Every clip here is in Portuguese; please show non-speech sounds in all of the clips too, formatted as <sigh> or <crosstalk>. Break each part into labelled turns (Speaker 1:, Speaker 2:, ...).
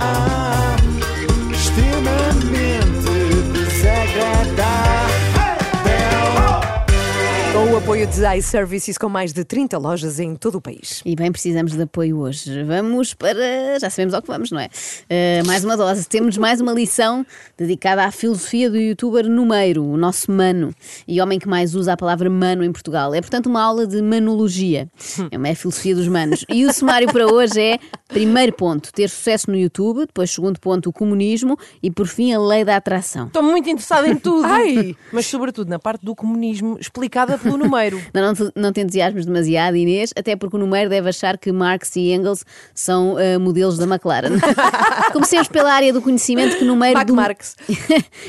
Speaker 1: Ah, extremamente desagradável.
Speaker 2: Com o apoio de Zai Services com mais de 30 lojas em todo o país.
Speaker 3: E bem, precisamos de apoio hoje. Vamos para. Já sabemos ao que vamos, não é? Eh, mais uma dose. Temos mais uma lição dedicada à filosofia do youtuber Numeiro, o nosso mano, e homem que mais usa a palavra mano em Portugal. É, portanto, uma aula de manologia. É uma filosofia dos manos. E o sumário para hoje é: primeiro ponto, ter sucesso no YouTube, depois, segundo ponto, o comunismo e, por fim, a lei da atração.
Speaker 4: Estou muito interessada em tudo.
Speaker 2: Ai!
Speaker 4: Mas sobretudo na parte do comunismo explicada pelo
Speaker 2: <laughs>
Speaker 4: número.
Speaker 3: Não, não, te- não te entusiasmes demasiado, Inês, até porque o número deve achar que Marx e Engels são eh, modelos
Speaker 4: <laughs>
Speaker 3: da McLaren. Comecemos pela área do conhecimento que o número.
Speaker 2: Mac
Speaker 3: <laughs>
Speaker 2: Marx.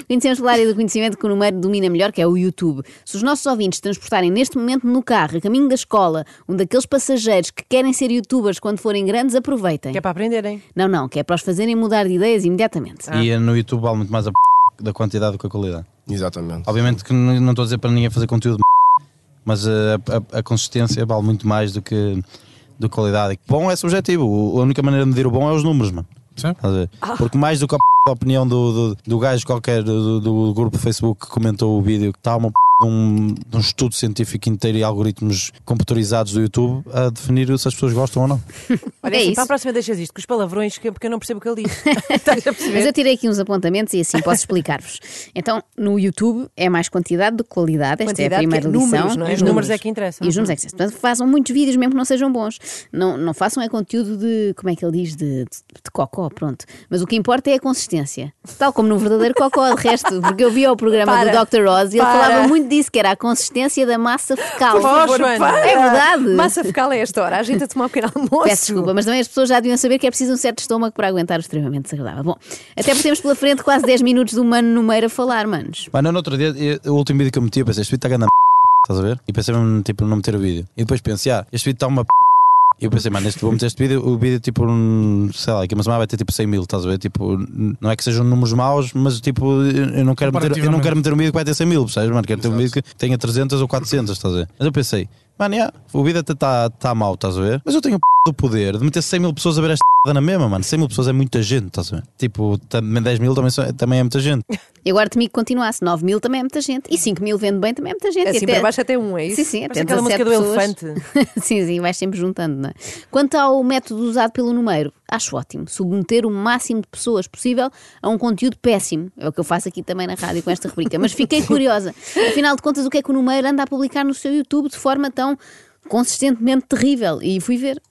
Speaker 3: Conhecemos pela área do conhecimento que o número domina melhor, que é o YouTube. Se os nossos ouvintes transportarem neste momento no carro, a caminho da escola, um daqueles passageiros que querem ser youtubers quando forem grandes, aproveitem.
Speaker 4: Que é para aprenderem.
Speaker 3: Não, não, que é para os fazerem mudar de ideias imediatamente.
Speaker 5: E no YouTube vale muito mais a p... da quantidade do que a qualidade.
Speaker 6: Exatamente.
Speaker 5: Obviamente que n- não estou a dizer para ninguém fazer conteúdo de p... mas eh, a, a- a consistência vale muito mais do que do que qualidade. Bom é subjetivo, O- a única maneira de medir o bom é os números, mano.
Speaker 6: Sim.
Speaker 5: Estás a ver? Porque mais do que a, p... da opinião do, do, do gajo qualquer do, do- do grupo do Facebook que comentou o vídeo que está uma p... de um, de um estudo científico inteiro e algoritmos computadorizados do YouTube a definir se as pessoas gostam ou não.
Speaker 4: Olha,
Speaker 3: É
Speaker 4: assim,
Speaker 3: isso.
Speaker 4: para a próxima deixas isto, com os palavrões, que- porque eu não percebo o que ele
Speaker 3: <laughs>
Speaker 4: diz. Estás a
Speaker 3: Mas
Speaker 4: perceber?
Speaker 3: eu tirei aqui uns apontamentos e assim posso explicar-vos.
Speaker 2: <laughs>
Speaker 3: Então, no YouTube é mais quantidade do que qualidade. Esta é
Speaker 2: Quantidade,
Speaker 3: a
Speaker 2: que é
Speaker 3: primeira
Speaker 2: números,
Speaker 3: lição.
Speaker 2: não
Speaker 4: é? Os números é que interessam.
Speaker 3: E os números é que interessam. Portanto, façam muitos vídeos mesmo que não sejam bons. Não, não façam é conteúdo de, como é que ele diz, de, de, de cocó, pronto. Mas o que importa é a consistência. Tal como num verdadeiro cocó, de resto. Porque eu vi ao programa
Speaker 2: Para.
Speaker 3: do Dr. Oz e ele
Speaker 2: Para.
Speaker 3: falava muito disso, que era a consistência da massa fecal.
Speaker 4: favor, Joana.
Speaker 2: para.
Speaker 3: É verdade.
Speaker 2: Massa fecal é esta hora. A gente a tomar um pequeno almoço.
Speaker 3: Peço desculpa, mas também as pessoas já deviam saber que é preciso um certo estômago para aguentar o extremamente desagradável. Bom, até porque temos pela frente quase 10 minutos do Mano Numeiro a falar, manos.
Speaker 5: Mano, no outro dia, eu- o último vídeo que eu meti, eu pensei, este vídeo está grande a p***, estás a ver? E pensei mesmo, tipo, não meter o vídeo. E depois pensei, ah, este vídeo está uma p***. E eu pensei, mano, este, vou meter este vídeo, o vídeo, tipo, um, sei lá, que uma semana vai ter tipo 100 mil, estás a ver? Tipo, n- não é que sejam números maus, mas tipo, eu eu não quero, meter, eu não quero meter um vídeo que vai ter 100 mil, percebes, mano? Quero ter um vídeo que tenha 300 ou 400, estás a ver? Mas eu pensei, mano, yeah, o vídeo até está tá mau, estás a ver? Mas eu tenho p- do poder de meter 100 mil pessoas a ver esta p*** na mesma, mano. 100 mil pessoas é muita gente, estás a ver? Tipo, também 10 mil também, são- também é muita gente.
Speaker 3: E agora temi que continuasse. 9 mil também é muita gente. E 5 mil vendo bem também é muita gente.
Speaker 2: É
Speaker 3: E
Speaker 2: assim, para baixo até um, é isso?
Speaker 3: Sim, sim, até
Speaker 4: Parece aquela
Speaker 3: 17
Speaker 4: música do
Speaker 3: pessoas.
Speaker 4: elefante.
Speaker 3: <laughs> sim, sim, vais sempre juntando, não é? Quanto ao método usado pelo número, acho ótimo. Submeter o máximo de pessoas possível a um conteúdo péssimo. É o que eu faço aqui também na rádio com esta rubrica. Mas fiquei curiosa. Afinal de contas, o que é que o número anda a publicar no seu YouTube de forma tão consistentemente terrível? E fui ver.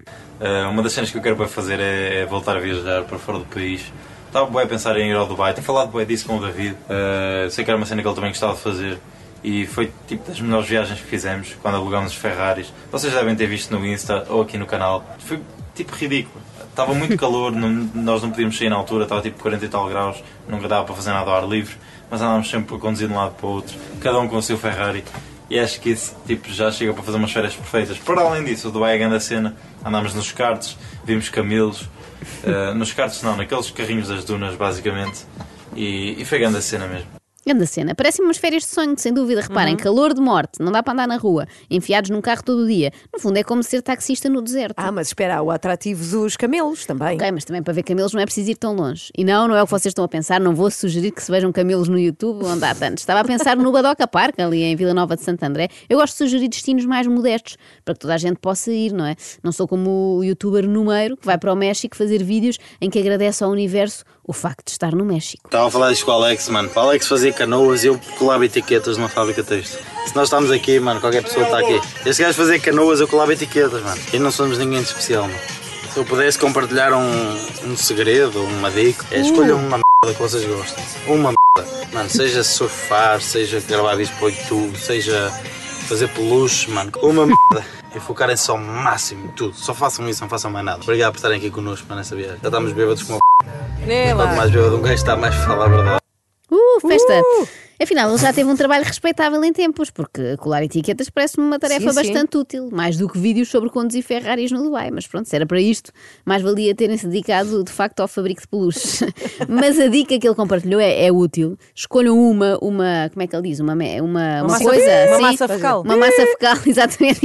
Speaker 7: Uh, uma das cenas que eu quero para fazer é, é voltar a viajar para fora do país. Estava bem a pensar em ir ao Dubai, tenho falado bem disso com o David. Uh, sei que era uma cena que ele também gostava de fazer. E foi tipo das melhores viagens que fizemos quando alugámos os Ferraris. Vocês devem ter visto no Insta ou aqui no canal. Foi tipo ridículo. Estava muito calor, não- nós não podíamos sair na altura, estava tipo 40 e tal graus, nunca dava para fazer nada ao ar livre, mas andávamos sempre a conduzir de um lado para o outro, cada um com o seu Ferrari. E acho que isso tipo, já chega para fazer umas férias perfeitas. Para além disso, o Dubai é grande a cena. Andámos nos karts, vimos camelos. <laughs> eh, nos karts não, naqueles carrinhos das dunas, basicamente. E, e foi grande a cena mesmo.
Speaker 3: Grande cena. Parecem umas férias de sonho, sem dúvida. Reparem, calor de morte, não dá para andar na rua, enfiados num carro todo o dia. No fundo, é como ser taxista no deserto.
Speaker 2: Ah, mas espera, há o atrativo dos camelos também.
Speaker 3: Ok, mas também para ver camelos não é preciso ir tão longe. E não, não é o que vocês estão a pensar, não vou sugerir que se vejam camelos no YouTube onde há tantos. Estava a pensar no Badoca Park, ali em Vila Nova de Santo André. Eu gosto de sugerir destinos mais modestos, para que toda a gente possa ir, não é? Não sou como o youtuber número que vai para o México fazer vídeos em que agradece ao universo o facto de estar no México.
Speaker 7: Estava a falar disto com o Alex, mano. Para o Alex fazer canoas, eu colava etiquetas numa fábrica texto. Se nós estamos aqui, mano, qualquer pessoa está aqui. Este gajo fazer canoas, eu colava etiquetas, mano. E não somos ninguém de especial, mano. Se eu pudesse compartilhar um, um segredo, uma dica, é escolham uma merda que vocês gostem. Uma merda. Mano, seja surfar, seja gravar vídeos para o YouTube, seja fazer peluche, mano. Uma merda. E focarem-se ao máximo em tudo. Só façam isso, não façam mais nada. Obrigado por estarem aqui connosco, mano, nessa viagem. Já estamos bêbados com uma p.
Speaker 4: Nela.
Speaker 7: Quanto mais bêbado um gajo está, mais fala a verdade.
Speaker 3: Uh, festa! É Afinal, ele já teve um trabalho respeitável em tempos, porque colar etiquetas parece-me uma tarefa
Speaker 2: Sim, sim.
Speaker 3: bastante útil, mais do que vídeos sobre conduzir Ferraris no Dubai. Mas pronto, se era para isto, mais valia terem-se dedicado de facto ao fabrico de peluches. <laughs> mas a dica que ele compartilhou é, é útil. Escolham uma, uma, como é que ele diz? Uma, me- uma, uma
Speaker 4: massa-
Speaker 3: coisa.
Speaker 4: uma
Speaker 3: sim,
Speaker 4: massa fecal.
Speaker 3: Uma massa fecal, <laughs> exatamente.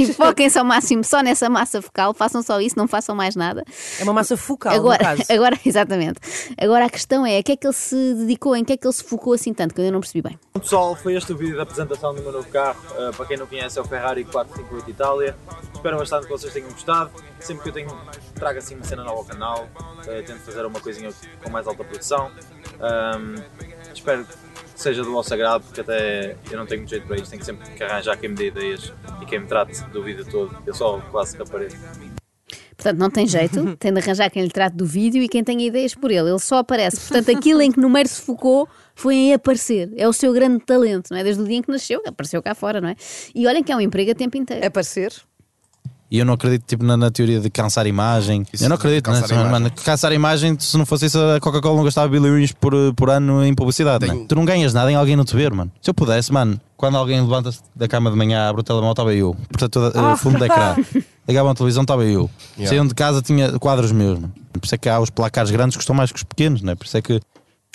Speaker 4: <laughs>
Speaker 3: E foquem-se ao máximo só nessa massa fecal, façam só isso, não façam mais nada.
Speaker 4: É uma massa focal, no
Speaker 3: Agora,
Speaker 4: caso.
Speaker 3: <laughs> agora, exatamente. Agora a questão é, a que é que ele se dedicou, em que é que ele se focou assim tanto, que eu ainda não percebi bem.
Speaker 6: Bom, Pessoal, foi este o vídeo da apresentação do meu novo carro. Uh, para quem não conhece, é o Ferrari 458 Itália. Espero bastante que vocês tenham gostado. Sempre que eu tenho, trago assim uma cena nova ao canal. Uh, tento fazer uma coisinha com mais alta produção. Um, espero que seja do vosso agrado, porque até eu não tenho muito jeito para isto. Tenho sempre que arranjar quem me dê ideias e quem me trate do vídeo todo. Eu só quase que apareço.
Speaker 3: Portanto, não tem jeito, tem de arranjar quem lhe trate do vídeo e quem tenha ideias por ele. Ele só aparece. Portanto, aquilo em que Numeiro se focou foi em aparecer. É o seu grande talento, não é? Desde o dia em que nasceu, que apareceu cá fora, não é? E olhem que é um emprego a tempo inteiro.
Speaker 2: Aparecer.
Speaker 5: E eu não acredito tipo, na, na teoria de cansar imagem.
Speaker 8: Isso,
Speaker 5: eu não acredito,
Speaker 8: cansar
Speaker 5: cansar, né?
Speaker 8: imagem.
Speaker 5: imagem. Mano, cansar imagem, se não fosse isso, a Coca-Cola não gastava bilhões por, por ano em publicidade.
Speaker 8: Tenho-
Speaker 5: mano. Tu não ganhas nada em alguém não te ver, mano. Se eu pudesse, mano, quando alguém levanta-se da cama de manhã, abre o telemóvel, estava eu. Portanto, toda- eh, fundo da ecrã. Ligavam a televisão, estava eu.
Speaker 8: Yeah.
Speaker 5: Saíam de casa, tinha quadros meus, mano. Por isso é que há os placares grandes que estão mais que os pequenos, né? Por isso é que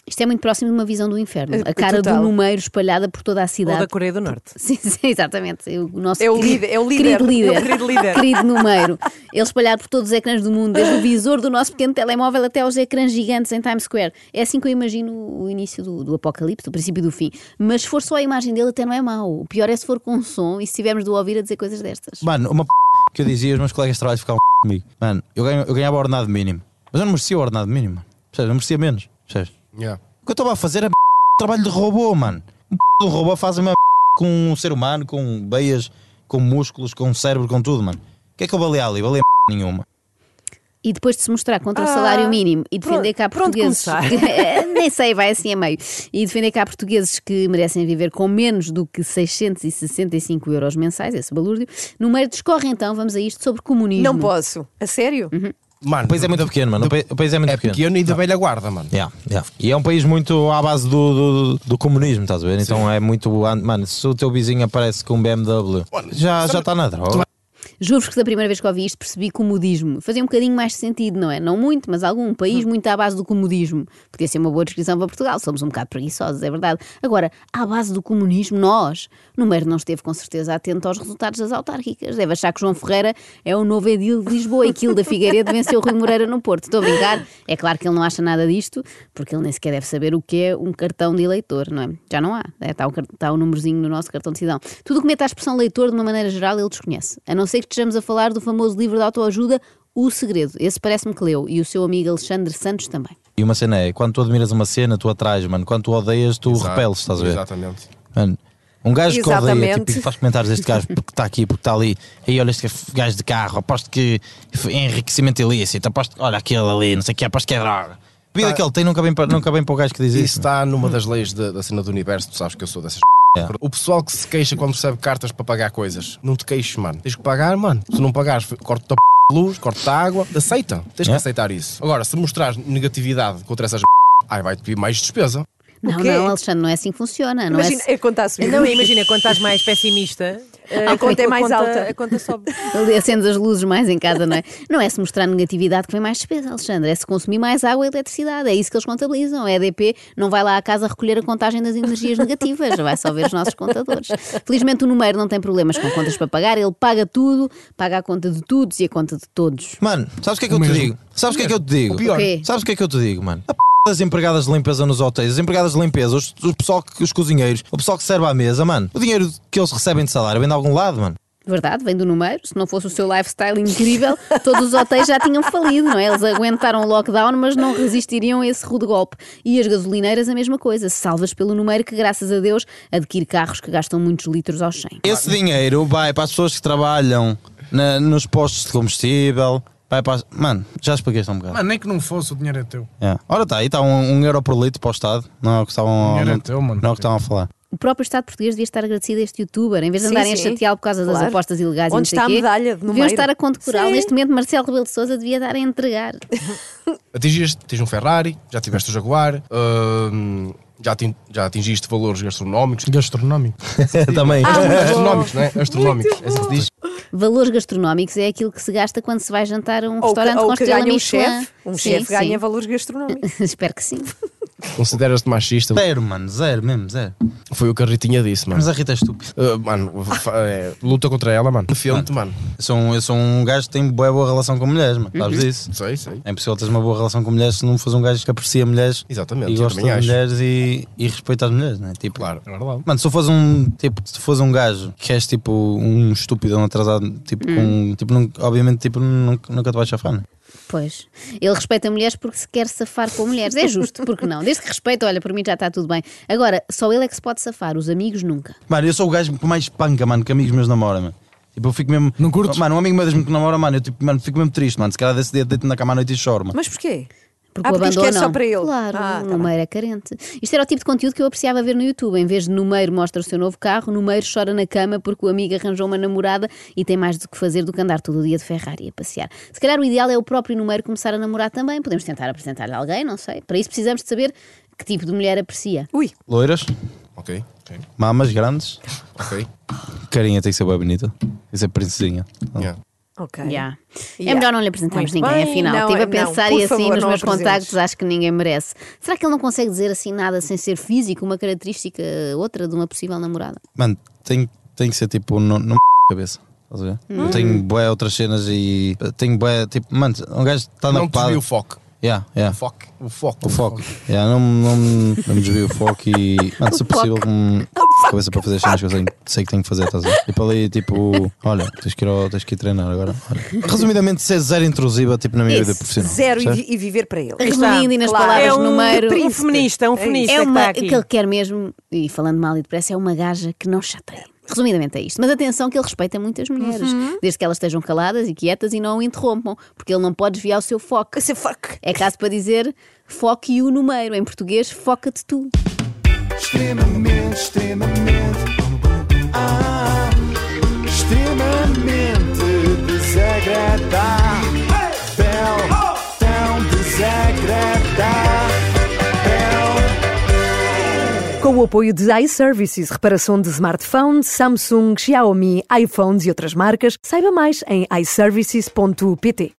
Speaker 3: Isto é muito próximo de uma visão do inferno.
Speaker 2: É,
Speaker 3: A cara
Speaker 2: total.
Speaker 3: do Numeiro espalhada por toda a
Speaker 4: Ou
Speaker 3: cidade.
Speaker 4: da Coreia do Norte.
Speaker 3: <laughs> Sim, sim, exatamente. O nosso
Speaker 2: É o
Speaker 3: querido-
Speaker 2: líder- é o líder.
Speaker 3: Querido líder.
Speaker 4: É o querido líder.
Speaker 3: <laughs> Querido número. Ele espalhado por todos os ecrãs do mundo, desde o visor do nosso pequeno telemóvel até aos ecrãs gigantes em Times Square. É assim que eu imagino o início do, do apocalipse, do princípio e do fim. Mas se for só a imagem dele, até não é mau. O pior é se for com som e se tivermos de o ouvir a dizer coisas destas.
Speaker 5: Mano, uma p... que eu dizia, os meus colegas de trabalho ficavam comigo. Mano, eu, ganho, eu ganhava ordenado mínimo. Mas eu não merecia o ordenado mínimo, mano. Percebes? Eu merecia menos. Percebes?
Speaker 8: Yeah.
Speaker 5: O que eu estava a fazer é p... trabalho de robô, mano. Um p... de robô faz a mesma p... com um ser humano, com beias, com músculos, com cérebro, com tudo, mano. O que é que eu valei ali? Valei p... nenhuma.
Speaker 3: E depois de se mostrar contra o salário mínimo e defender
Speaker 4: Ah, pronto- pronto
Speaker 3: cá portugueses. <laughs>
Speaker 4: começar.
Speaker 3: nem sei, vai assim a meio. E defender cá portugueses que merecem viver com menos do que 665 euros mensais, esse balúrdio. No meio discorre então, vamos a isto, sobre comunismo.
Speaker 2: Não posso. A
Speaker 3: Uhum.
Speaker 2: sério?
Speaker 8: Mano,
Speaker 5: O país é muito pequeno, mano. O pa- O país é muito
Speaker 8: é
Speaker 5: pequeno.
Speaker 8: pequeno e da velha guarda, mano.
Speaker 5: Yeah, yeah. E é um país muito à base do, do, do comunismo, estás a ver? Então é muito. an- Mano, se o teu vizinho aparece com um BMW,
Speaker 8: Olha,
Speaker 5: já
Speaker 8: sabe-
Speaker 5: já está na droga.
Speaker 3: Juro-vos que da primeira vez que ouvi isto percebi comodismo. Fazia um bocadinho mais de sentido, não é? Não muito, mas algum país muito à base do comodismo. Podia ser uma boa descrição para Portugal. Somos um bocado preguiçosos, é verdade. Agora, à base do comunismo, nós. Número não esteve com certeza atento aos resultados das autárquicas. Deve achar que João Ferreira é o novo edil de Lisboa e que Hilda Figueiredo venceu Rui Moreira no Porto. Estou a brincar? É claro que ele não acha nada disto, porque ele nem sequer deve saber o que é um cartão de eleitor, não é? Já não há. É, Está o, car- está o númerozinho no nosso cartão de cidadão. Tudo o que mete a expressão leitor, de uma maneira geral, ele desconhece. A não ser que estejamos a falar do famoso livro de autoajuda O Segredo. Esse parece-me que leu, e o seu amigo Alexandre Santos também.
Speaker 5: E uma cena é, quando tu admiras uma cena, tu atrás, mano. Quando tu odeias, tu
Speaker 8: Exato,
Speaker 5: repeles, estás a ver?
Speaker 8: Exatamente.
Speaker 5: Mano, um gajo que odeia,
Speaker 2: Exatamente.
Speaker 5: tipo, e faz comentários deste gajo porque está aqui, porque está ali. Aí olha este gajo de carro, aposto que é enriquecimento ilícito, aposto que, olha aquele ali, não sei o que, aposto que é droga. A vida que ele tem nunca vem, para, nunca vem para o gajo que diz
Speaker 8: Tá. Isso
Speaker 5: isso.
Speaker 8: está numa das leis da, da cena do universo, tu sabes que eu sou dessas.
Speaker 5: É.
Speaker 8: O pessoal que se queixa quando recebe cartas para pagar coisas, não te queixes, mano. Tens que pagar, mano. Se não pagares, corto-te a p... de luz, corto-te a água. Aceita. Tens que
Speaker 5: É.
Speaker 8: aceitar isso. Agora, se mostrares negatividade contra essas p... ai, vai-te pedir mais despesa.
Speaker 3: Não,
Speaker 2: quê?
Speaker 3: não, Alexandre, não é assim que funciona. Não
Speaker 2: Imagina,
Speaker 3: é...
Speaker 2: é quando está a subir.
Speaker 4: Não, imagina, quando estás mais
Speaker 2: <laughs>
Speaker 4: pessimista, eh,
Speaker 2: A conta é mais
Speaker 4: conta-
Speaker 2: alta.
Speaker 4: A conta sobe.
Speaker 3: Ali acendes as luzes mais em casa, não é? Não é se mostrar negatividade que vem mais despesa, Alexandre. É se consumir mais água e eletricidade. É isso que eles contabilizam. A EDP não vai lá à casa recolher a contagem das energias negativas. Vai só ver os nossos contadores. Felizmente o número não tem problemas com contas para pagar. Ele paga tudo, paga a conta de todos e a conta de todos.
Speaker 5: Mano, sabes o que é que eu te
Speaker 8: Mesmo.
Speaker 5: digo? Sabes o que é que eu te digo?
Speaker 8: pior.
Speaker 3: O quê?
Speaker 5: Sabes o que é que eu te digo, mano? A p... das empregadas de limpeza nos hotéis, as empregadas de limpeza, os, o pessoal que, os cozinheiros, o pessoal que serve à mesa, mano. O dinheiro que eles recebem de salário vem de algum lado, mano.
Speaker 3: Verdade, vem do número. Se não fosse o seu lifestyle incrível, <laughs> todos os hotéis já tinham falido, não é? Eles aguentaram o lockdown, mas não resistiriam a esse rude golpe. E as gasolineiras, a mesma coisa. Salvas pelo número que, graças a Deus, adquire carros que gastam muitos litros aos 100.
Speaker 5: Esse dinheiro vai para as pessoas que trabalham na- nos postos de combustível. Vai para as... Mano, já expliquei isto há um bocado.
Speaker 9: Mano, nem que não fosse, o dinheiro é teu.
Speaker 5: É. Ora está, aí está um, um euro por litro para o Estado. Não é o que estavam,
Speaker 9: Dinheiro é
Speaker 5: não,
Speaker 9: teu, mano.
Speaker 5: não é o que estavam a falar.
Speaker 3: O próprio Estado português devia estar agradecido a este youtuber, em vez de
Speaker 2: Sim,
Speaker 3: andarem
Speaker 2: sim.
Speaker 3: a chateá-lo por causa das
Speaker 2: Claro.
Speaker 3: apostas ilegais e
Speaker 2: Onde
Speaker 3: não sei
Speaker 2: está a
Speaker 3: quê,
Speaker 2: medalha de
Speaker 3: Deviam
Speaker 2: Numeiro?
Speaker 3: estar a condecorá-lo.
Speaker 2: Sim.
Speaker 3: Neste momento, Marcelo Rebelo de Souza devia dar
Speaker 2: <laughs>
Speaker 3: a entregar.
Speaker 8: Atingiste, tens um Ferrari, já tiveste o Jaguar, hum, Já, atin- já atingiste valores gastronómicos? <laughs>
Speaker 9: Gastronómico.
Speaker 5: Também.
Speaker 8: Astronómicos, não é? Astronómicos. É assim que se diz.
Speaker 3: Valores gastronómicos é aquilo que se gasta quando se vai jantar a um
Speaker 2: <laughs> Ou,
Speaker 3: restaurante
Speaker 2: que,
Speaker 3: com
Speaker 2: ou que
Speaker 3: estrela
Speaker 2: ganha um
Speaker 3: Michelin.
Speaker 2: chefe. Um
Speaker 3: Sim,
Speaker 2: chefe
Speaker 3: sim.
Speaker 2: ganha valores gastronómicos.
Speaker 3: <laughs> Espero que sim.
Speaker 8: Consideras-te machista?
Speaker 5: Zero, mano, zero mesmo, zero.
Speaker 8: Foi o que a Ritinha disse, mano.
Speaker 5: Mas a Rita é estúpida.
Speaker 8: Ah, mano, fa- é, luta contra ela, mano. Defende-te, mano.
Speaker 5: Eu sou, um, eu sou um gajo que tem boa, boa relação com mulheres, mano. Sabes disso?
Speaker 8: Sei, sei.
Speaker 5: É impossível teres uma boa relação com mulheres se não fores um gajo que aprecia mulheres
Speaker 8: Exatamente,
Speaker 5: e
Speaker 8: eu
Speaker 5: gosta de
Speaker 8: também acho.
Speaker 5: mulheres e, e respeita as mulheres, né? Tipo,
Speaker 8: Claro, é verdade.
Speaker 5: Mano, se eu fosse um tipo, se fosse um gajo que és tipo um estúpido, um atrasado, tipo, com, tipo nunca- obviamente tipo, nunca, nunca te vais chafar, né?
Speaker 3: Pois. Ele respeita mulheres porque se quer safar com mulheres. É justo, porque não? Desde que respeita, olha, por mim já está tudo bem. Agora, só ele é que se pode safar, os amigos nunca.
Speaker 5: Mano, eu sou o gajo que mais panca, mano, que amigos meus namoram, mano. Tipo, eu fico mesmo.
Speaker 9: Não curtes?
Speaker 5: Mano, um amigo meu diz-me que namora, mano, eu tipo, mano, fico mesmo triste, mano. Se calhar desse dia deito na cama à noite e choro, mano.
Speaker 2: Mas porquê?
Speaker 3: Porque
Speaker 2: Ah,
Speaker 3: o
Speaker 2: porque isto
Speaker 3: abandono.
Speaker 2: é só para ele.
Speaker 3: Claro,
Speaker 2: Ah,
Speaker 3: o
Speaker 2: tá
Speaker 3: Numeiro é carente. Isto era o tipo de conteúdo que eu apreciava ver no YouTube. Em vez de Numeiro mostra o seu novo carro, Numeiro chora na cama porque o amigo arranjou uma namorada e tem mais do que fazer do que andar todo o dia de Ferrari a passear. Se calhar o ideal é o próprio Numeiro começar a namorar também. Podemos tentar apresentar-lhe alguém, não sei. Para isso precisamos de saber que tipo de mulher aprecia.
Speaker 2: Ui,
Speaker 5: Loiras,
Speaker 8: Ok, ok,
Speaker 5: mamas grandes,
Speaker 8: ok.
Speaker 5: carinha tem que ser bem bonita, tem que ser princesinha.
Speaker 8: Yeah.
Speaker 2: ok.
Speaker 3: Yeah. É
Speaker 2: Yeah.
Speaker 3: melhor não lhe apresentarmos
Speaker 2: Muito
Speaker 3: ninguém,
Speaker 2: bem,
Speaker 3: afinal.
Speaker 2: não,
Speaker 3: Estive a
Speaker 2: não,
Speaker 3: pensar
Speaker 2: por
Speaker 3: e assim
Speaker 2: favor,
Speaker 3: nos
Speaker 2: não
Speaker 3: meus
Speaker 2: apresentes.
Speaker 3: contactos acho que ninguém merece. Será que ele não consegue dizer assim nada sem ser físico, uma característica outra de uma possível namorada?
Speaker 5: Mano, tem, tem que ser tipo no, no cabeça. Estás a ver? Eu tenho bué outras cenas e tenho bué, tipo, mano, um gajo está na
Speaker 8: Não te
Speaker 5: pá.
Speaker 8: o foco.
Speaker 5: Yeah, yeah.
Speaker 8: O foco. O foco.
Speaker 5: O foco. Yeah, não, não, não me desvio o foco e. Mano, se possível, com cabeça para fazer as cenas que eu sei, sei que tenho que fazer, estás a ver? Tipo ali, tipo, olha, tens que ir, ao- tens que ir treinar agora. Olha. Resumidamente, ser zero intrusiva, tipo, na minha
Speaker 3: Isso,
Speaker 5: vida profissional.
Speaker 2: Zero e,
Speaker 5: percebes?
Speaker 2: vi- e viver para ele.
Speaker 4: Aí está.
Speaker 3: Resumindo e nas
Speaker 2: claro.
Speaker 3: palavras
Speaker 4: É um
Speaker 3: número.
Speaker 4: príncipe. feminista, um feminista
Speaker 3: É
Speaker 4: que
Speaker 3: uma,
Speaker 4: está
Speaker 2: tá
Speaker 3: o
Speaker 4: aqui.
Speaker 3: que ele quer mesmo, e falando mal e depressa, é uma gaja que não chateia. Resumidamente é isto. Mas atenção que ele respeita muitas mulheres,
Speaker 2: Uhum.
Speaker 3: desde que elas estejam caladas e quietas e não o interrompam, porque ele não pode desviar o seu foco.
Speaker 2: Esse fuck.
Speaker 3: É caso para dizer foque e o número. Em português, foca-te tu.
Speaker 1: extremamente, extremamente, ah, extremamente desagradável, tão desagradável.
Speaker 2: Com o apoio de iServices, reparação de smartphone, Samsung, Xiaomi, iPhones e outras marcas, saiba mais em iServices.pt.